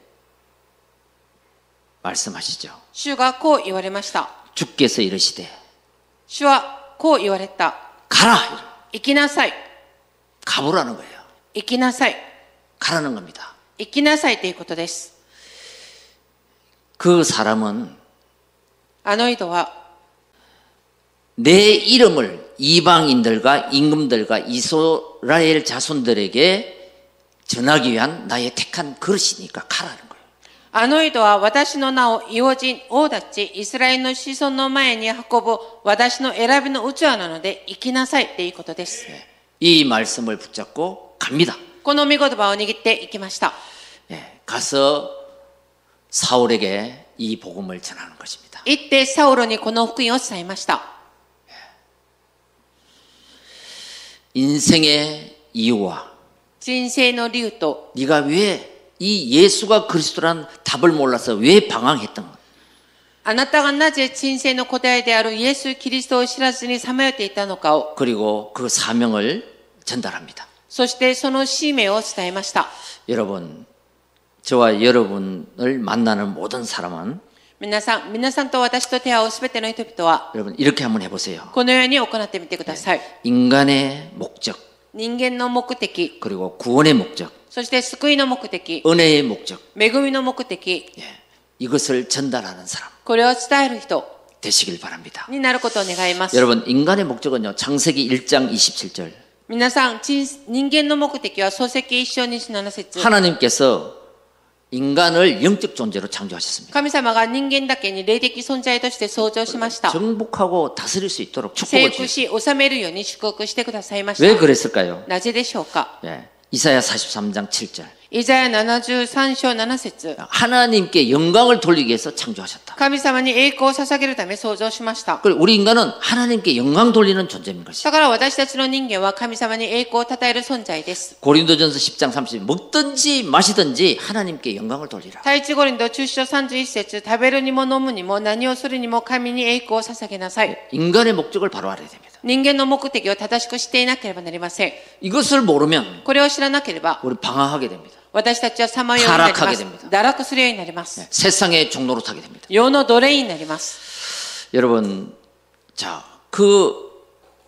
S1: 말씀하시죠.
S2: 主がこう言われました。
S1: 주께서 이르시되
S2: 主はこう言われた。
S1: 가라
S2: 行きなさい。
S1: 가보라는 거예요.
S2: 行きなさい。
S1: 가라는 겁니다.
S2: 行きなさいということです。
S1: 그 사람은
S2: あの人は
S1: 내 이름을 이방인들과 임금들과 이스라엘 자손들에게 전하기 위한 나의 택한 그릇이니까 가라는 거예요.
S2: あの人は私の名を異人、王たち、イスラエルの子孫の前に運ぶ私の選びの器なので行きなさいということです。
S1: 이 말씀을 붙잡고 갑니다.
S2: この見言葉を握っていきました。
S1: 예, 가서 사울에게 이 복음을 전하는 것입니다.
S2: 行ってサウロにこの福音を伝えました。
S1: 인생의 이유와
S2: 人生の理由と
S1: 네가 왜 이 예수가 그리스도란 답을 몰라서 왜 방황했던가?
S2: あなたがなぜ人生の答えであるイエス・キリストを知らずにさまよっていたのかを、
S1: 그리고 그 사명을 전달합니다.
S2: そしてその使命を伝えました。
S1: 여러분, 저와 여러분을 만나는 모든 사람은
S2: 皆さん、皆さんと私と手を合うすべての人々は、
S1: 여러분 이렇게 한번 해보세요.
S2: このように行ってみてください。
S1: 인간의 목적,
S2: 人間の目的、
S1: 그리고 구원의 목적,
S2: そして救いの目的、
S1: 은혜의 목적,
S2: 恵みの目的、
S1: 예, 이것을 전달하는 사람
S2: これを伝える人
S1: 되시길 바랍니다.
S2: になることを願います。
S1: 여러분, 인간의 목적은요, 창세기 1장 27절.
S2: 皆さん、人人間の目的は漱石一生27節。
S1: 하나님께서 인간을 영적 존재로 창조하셨습니다.
S2: 神様が人間だけに霊的存在として創造しました。
S1: 정복하고 다스릴 수 있도록
S2: 征
S1: 축복을
S2: 服
S1: 주셨습니다.
S2: し、治めるように祝福してくださいま
S1: 왜
S2: した。
S1: 그랬을까요?
S2: なぜでしょうか
S1: 예, 이사야 43장 7절.
S2: イザヤ73章7節
S1: 하나님께 영광을 돌리기 위해서 창조하셨다.
S2: 神様に栄光を捧げるため創造しました。
S1: 그리고 우리 인간은 하나님께 영광 돌리는 존재인 것이죠.
S2: だから私たちの人間は神様に栄光を称える存在です。
S1: 고린도전서 10장 30절 먹든지 마시든지 하나님께 영광을 돌리라.
S2: 第一五輪と中章31節食べるにも飲むにも何をするにも神に栄光を捧げなさい。
S1: 인간의 목적을 바로 알아야 됩니다.
S2: 人間の目的を正しく知っていなければなりません。
S1: 이것을 모르면
S2: これを知らなければ
S1: 우리 방황하게 됩니다.
S2: 私たちはさまようになりま
S1: 堕落하게됩
S2: す
S1: 니다 。
S2: 堕落するようになります。
S1: 세상의 종로로 타게 됩니다.
S2: 世の奴隷になります。
S1: 여러분, 자, 그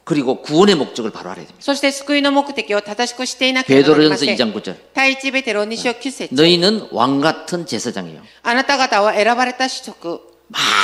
S1: 그리고 구원의 목적을 바로 알아야 됩니다.
S2: そして救いの目的を正しく知っていなければなりま
S1: 베드로전서
S2: せん。
S1: 2장 9절.
S2: 第一ベテロ2章9節
S1: 너희는 왕 같은 제사장이요.
S2: あなた方は選ばれた種族、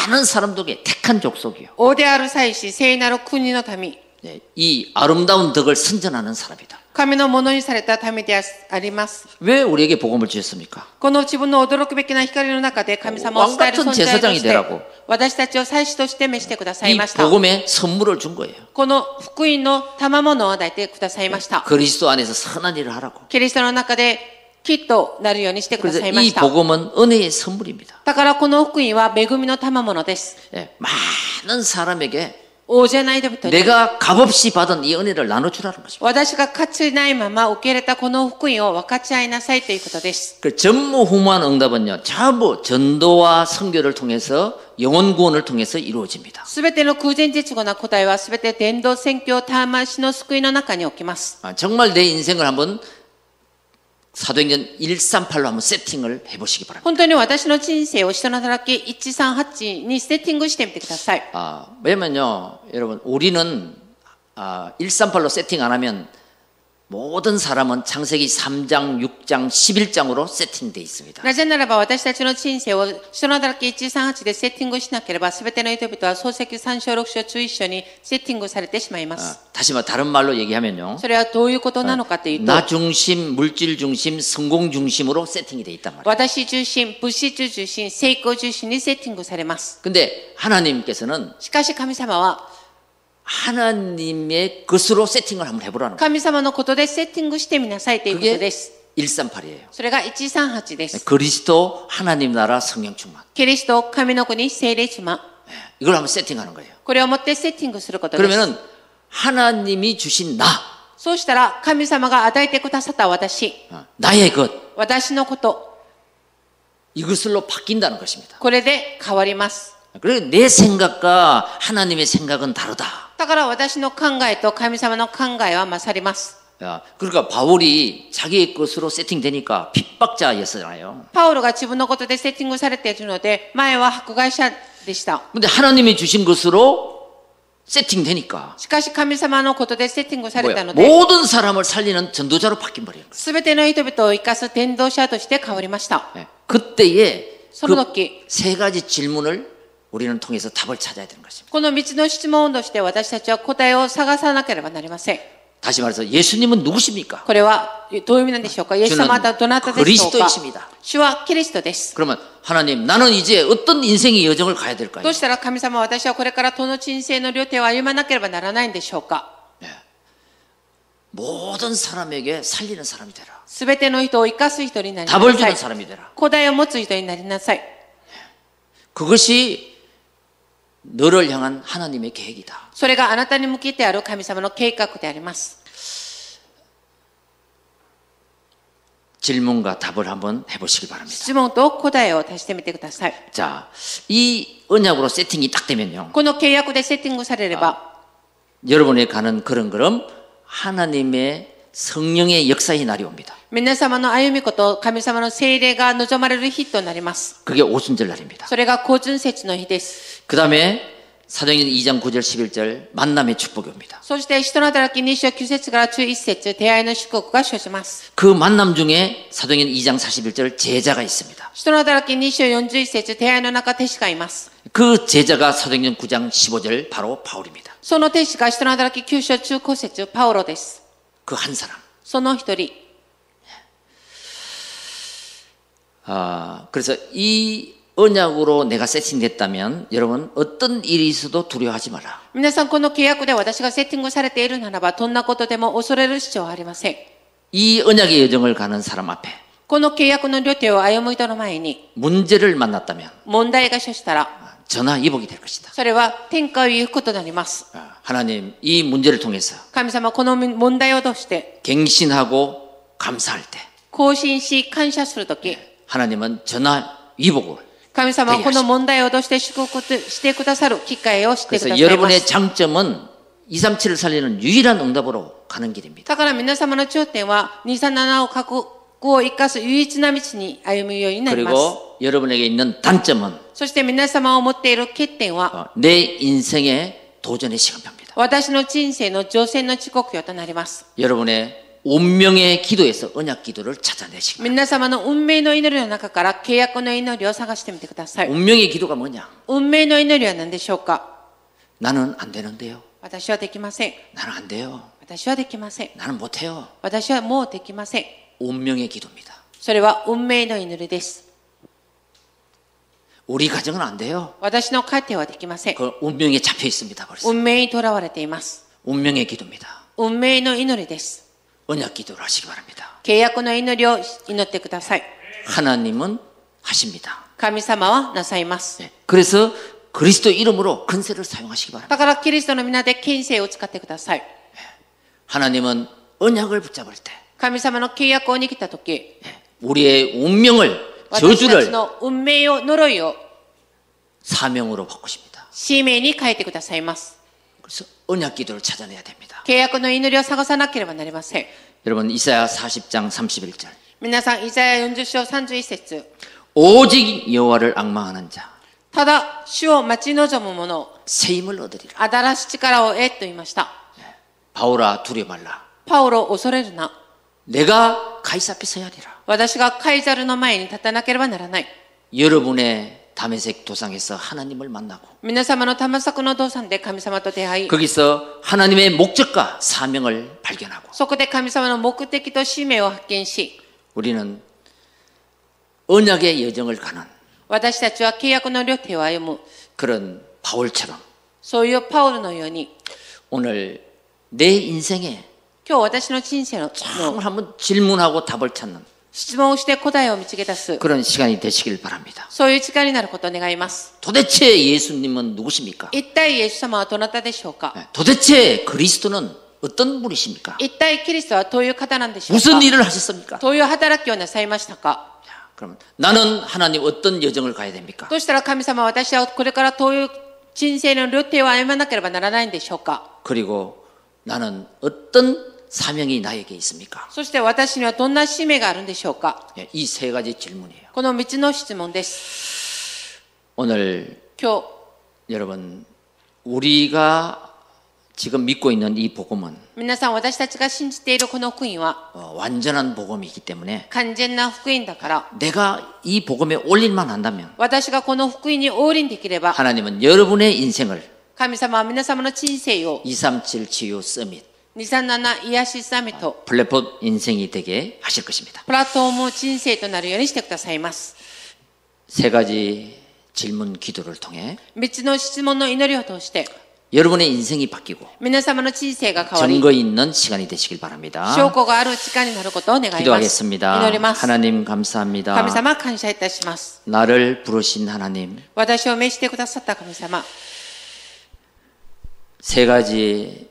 S1: 많은 사람들에게 택한 족속이요.
S2: 王である祭司、聖なる国の民、
S1: 예, 이 아름다운 덕을 선전하는 사람이다.
S2: 神のものにされた民であります。
S1: 왜 우리에게 복음을 주셨습니까?
S2: この自分の驚くべきな光の中で神様を伝える存在と
S1: 왕같은제사장이
S2: し
S1: 되라
S2: て
S1: 고 、
S2: 私たちを祭司として召してください
S1: 이
S2: ました。
S1: 복음의 선물을 준 거예요.
S2: この福音の賜物を与えてくださいました。
S1: 그리스도 안에서 선한 일을 하라고.
S2: キリストの中できっとなるようにしてくだ
S1: 그래서
S2: さいま
S1: 이
S2: した。
S1: 복음은 은혜의 선물입니다.
S2: だからこの福音は恵みの賜物です。
S1: 예, 많은 사람에게
S2: 王じゃない人々に
S1: 내가 값없이 받은 이 은혜를 나눠주라는 것입니다.
S2: 私が価値ないまま受け入れたこの福音を分かち合いなさいということです。
S1: 그 전무후무한 응답은요, 전부 전도와 선교를 통해서 영혼 구원을 통해서 이루어집니다.
S2: すべての空前絶後な答えはすべて伝道宣教魂の救いの中に置きます。
S1: 아, 정말 내 인생을 한번 사도행전 138로 한번 세팅을 해보시기 바랍니다.
S2: 本当に私の人生を人の働き138にセッティングしてみてください。
S1: 아, 왜냐면요, 여러분, 우리는 아, 138로 세팅 안 하면 모든 사람은 창세기 3장, 6장, 11장으로 세팅돼 있습니다.
S2: なぜならば私たちの人生を人の働き138でセッティングしなければすべての人々は漱石3章6章11章にセッティングされてしまいま
S1: 아,
S2: す。
S1: 다시 말 다른 말로 얘기하면요.
S2: それはどういうことなのかというと、
S1: 나 중심, 물질 중심, 성공 중심으로 세팅이 돼 있단 말이에요.
S2: 私中心、物質中心、成功中心にセッティングされます。
S1: 근데 하나님께서는
S2: しかし神様は
S1: 하나님의 것으로 세팅을 한번 해보라는 거예요.
S2: 神様のことでセッティングしてみなさいということで
S1: 그게
S2: す。
S1: 138이에요.
S2: それが138です。
S1: 그리스도 하나님 나라 성령 충만.
S2: キリスト、神の国、聖霊島。
S1: 예, 이걸 한번 세팅하는 거예요.
S2: これをもってセッティングすることです。
S1: 그러면은 하나님이 주신 나.
S2: そうしたら神様が与えてくださった私、
S1: 어, 나의 것
S2: 私のこと、
S1: 이것으로 바뀐다는 것입니다.
S2: これで変わります。
S1: 그리고 내 생각과 하나님의 생각은 다르다.
S2: だから私の考えと神様の考えは勝ります。
S1: 야, 그러니까 바울이 자기의 것으로 세팅되니까 핍박자였잖아요.
S2: パウロが自分のことでセッティングされているので、前は迫害者でした。
S1: 근데 하나님이 주신 것으로 세팅되니까
S2: しかし神様のことでセッティングされ
S1: 뭐야,
S2: たので、
S1: 모든 사람을 살리는 전도자로 바뀐 버린 거예요.
S2: すべての人々を生かす伝道者として変わりました。
S1: 예, 그때에
S2: 서로 얻기.
S1: 세 가지 질문을 우리는 통해서 답을 찾아야 되는 것입니다.
S2: この道の質問として私たちは答えを探さなければなりません。
S1: 다시 말해서 예수님은 누구십니까?
S2: これはどういう意味なんでしょうかイエス様はどなたでしょう
S1: 그리스도이십니
S2: か
S1: 다
S2: 主はキリストです。
S1: 그러면 하나님 나는 이제 어떤 인생의 여정을 가야 될까요?
S2: どうしたら神様私はこれからどの人生の両手を歩まなければならないんでしょうか
S1: 모든 사람에게 살리는 사람이 되라.
S2: すべての人を生かす人になりな
S1: 답을
S2: さ
S1: 주는
S2: い。
S1: 사람이 되라.
S2: 答えを持つ人になりなさい。
S1: 그것이 너를 향한 하나님의 계획이다.
S2: それがあなたに向けてある神様の計画であります。
S1: 질문과 답을 한번 해보시기 바랍니다.
S2: 質問と答えを足してみてください。
S1: 자, 이 언약으로 세팅이 딱 되면요.
S2: この契約でセッティングされれば、
S1: 여러분이 가는 그런 걸음 하나님의 성령의 역사의 날이 옵니다.
S2: 皆様の歩みこと神様の聖霊が望まれる日となります。
S1: 그게 오순절 날입니다.
S2: それが高順節の日です。
S1: 그 다음에 사도행전 2장 9절 11절 만남의 축복이 옵니다.
S2: そして、人の働き2章9節から11節、出会いの祝福が生じます。
S1: 그 만남 중에 사도행전 2장 41절 제자가 있습니다.
S2: 人の働き2章41節、出会いの中弟子がいます。
S1: 그 제자가 사도행전 9장 15절 바로 바울입니다.
S2: その弟子が人の働き9章中高節、パオロです。
S1: 그 한 사람.
S2: その一人。
S1: 아, 그래서 이 언약으로 내가 세팅됐다면 여러분 어떤 일이 있어도 두려워하지 마라.
S2: 皆さん、この契約で私がセッティングされているならば、どんなことでも恐れる必要はありません。
S1: 이 언약의 여정을 가는 사람 앞에
S2: この契約の旅程を歩む人の前に、
S1: 문제를 만났다면
S2: 問題が処したら、
S1: 전화 이복이 될 것이다.
S2: それは天下を行くことになります。
S1: 아, 하나님 이 문제를 통해서
S2: 神様、この問題を通して、
S1: 갱신하고 감사할 때
S2: 更新し、感謝するとき、
S1: 하나님은 전화 이복을
S2: 神様は
S1: 手に出
S2: こ
S1: して
S2: の問題を通して祝福してくださる機会をしてく
S1: 그래서
S2: ださいま
S1: 여러분의
S2: す。
S1: 장점은 237을 살리는 유일한 응답으로 가는 길입니다.
S2: だから皆様の頂点は、237を確保を生かす唯一な道に歩むようになります。
S1: 그리고 여러분에게 있는 단점은
S2: そして皆様を持っている欠点は、
S1: 어, 내 인생의 도전의 시간표입니다.
S2: 私の人生の乗船の時刻表となります。
S1: 여러분의 운명의 기도에서 언약 기도를 찾아내시고
S2: 皆様の運命の祈りの中から契約の祈りを探してみてください。
S1: 운명의 기도가 뭐냐?
S2: 運命の祈りは何でしょうか
S1: 나는 안 되는데요.
S2: 私はできません。
S1: 나는 안 돼요.
S2: 私はできません。
S1: 나는 못해요.
S2: 私はもうできません。
S1: 운명의 기도입니다.
S2: それは運命の祈りです。
S1: 우리 가정은 안 돼요.
S2: 私の家庭はできません。
S1: 그 운명에 잡혀 있습니다. 벌써
S2: 運命にとらわれています。
S1: 운명의 기도입니다.
S2: 運命の祈りです。
S1: 언약 기도를 하시기 바랍니다.
S2: 契約の祈りを祈ってください。
S1: 하나님은 하십니다.
S2: 神様はなさいます。
S1: 네. 그래서 그리스도 이름으로 근세를 사용하시기 바랍니다.
S2: だからキリストの皆で権勢を使ってください。
S1: 하나님은 언약을 붙잡을 때
S2: 神様の契約を握った時、
S1: 네. 우리의 운명을
S2: 私たち
S1: 저주를
S2: の運命を、呪いを
S1: 사명으로 바꾸십니다.
S2: 使命に変えてくださいます。
S1: 그래서 언약 기도를 찾아내야 됩니다.
S2: 契約の祈りを探さなければなりません。
S1: 여러분 이사야 40장 31절
S2: 皆さん、イザヤ40章31節
S1: 오직 여호와를 악망하는 자
S2: ただ、主を待ち望む者、
S1: 세임을 얻으리라
S2: 新しい力を得と言いました。
S1: 바오라 두려 말라
S2: パオロ、恐れるな。
S1: 내가 가이사 앞에 서야 하리라
S2: 私がカイザルの前に立たなければならない。
S1: 여러분의 담에색 도상에서 하나님을 만나고
S2: 皆様の玉作の動産で神様と出会い、
S1: 거기서 하나님의 목적과 사명을 발견하고
S2: そこで神様の目的と使命を発見し、
S1: 우리는 언약의 여정을 가는
S2: 私たちは契約の旅程を歩む。
S1: 그런 바울처럼
S2: そういうパオロのように、
S1: 오늘 내 인생에
S2: 今日私の人生のの
S1: 정말 한번 질문하고 답을 찾는
S2: 質問をして答えを導き出す、
S1: 그런 시간이 되시길 바랍니다.
S2: そういう時間になることを願います。
S1: 도대체 예수님은 누구십니까?
S2: 一体イエス様はどなたでしょうか
S1: 예, 도대체 그리스도는 어떤 분이십니까?
S2: 一体キリストはどういう方なんでしょう
S1: 무슨
S2: か
S1: 일을 하셨습니까?
S2: どういう働きをなさいましたか
S1: 자, 그럼 나는 하나님 어떤 여정을 가야 됩니까?
S2: どうしたら神様は私はこれからどういう人生の旅程を歩まなければならないんでしょうか
S1: 그리고 나는 어떤 사명이 나에게 있습니까? 네,
S2: そして私にはどんな使命があるんでしょうか
S1: 이 세 가지 질문이에요.
S2: この3つの質問です。
S1: 오늘
S2: 今日、
S1: 여러분 우리가 지금 믿고 있는 이 복음은
S2: 皆さん私たちが信じているこの福音は
S1: 어, 완전한 복음이기 때문에
S2: 完全な福音だから、
S1: 내가 이 복음에 올릴만 한다면
S2: 私がこの福音に応臨できれば、
S1: 하나님은 여러분의 인생을
S2: 神様は皆様の人生を
S1: 237 치유 서밋
S2: 237癒しサミット、
S1: 플랫폼 인생이 되게 하실 것입니다.
S2: プラットフォーム人生となるようにしてくださいます。
S1: 세 가지 질문 기도를 통해
S2: 3つの質問の祈りを通して、
S1: 여러분의 인생이 바뀌고
S2: 皆様の人生が変わり
S1: 증거 있는 시간이 되시길 바랍니다.
S2: 証拠がある時間になることを願います
S1: 아, 기도하겠습니다.
S2: 祈ります
S1: 하나님 감사합니다.
S2: 神様感謝いたします
S1: 나를 부르신 하나님
S2: 私を召してくださった神様
S1: 세 가지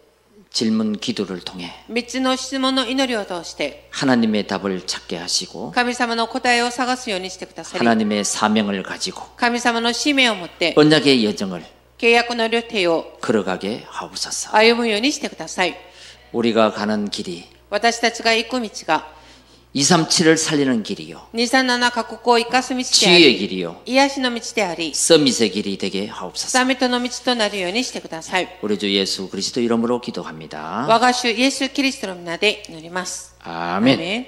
S1: 질문 기도를 통해
S2: 3つの質問の祈りを通して
S1: 하나님의 답을 찾게 하시고
S2: 神様の答えを探すようにしてくださり
S1: 하나님의 사명을 가지고
S2: 神様の使命を持って
S1: 언약의 여정을
S2: 契約の旅程を
S1: 걸어가게 하옵소서.
S2: 歩むようにしてください
S1: 우리가 가는 길이
S2: 私たちが行く道が
S1: 237을 살리는 길이요.
S2: 237カ国を生かす道であ
S1: 치유의
S2: り
S1: 길이요.
S2: 癒しの道であり
S1: 서밋의 길이 되게 하옵소서.
S2: サミットの道となるようにしてください
S1: 우리 주 예수 그리스도 이름으로 기도합니다.
S2: 我が主イエス・キリストの皆で祈ります
S1: 아멘.
S2: メン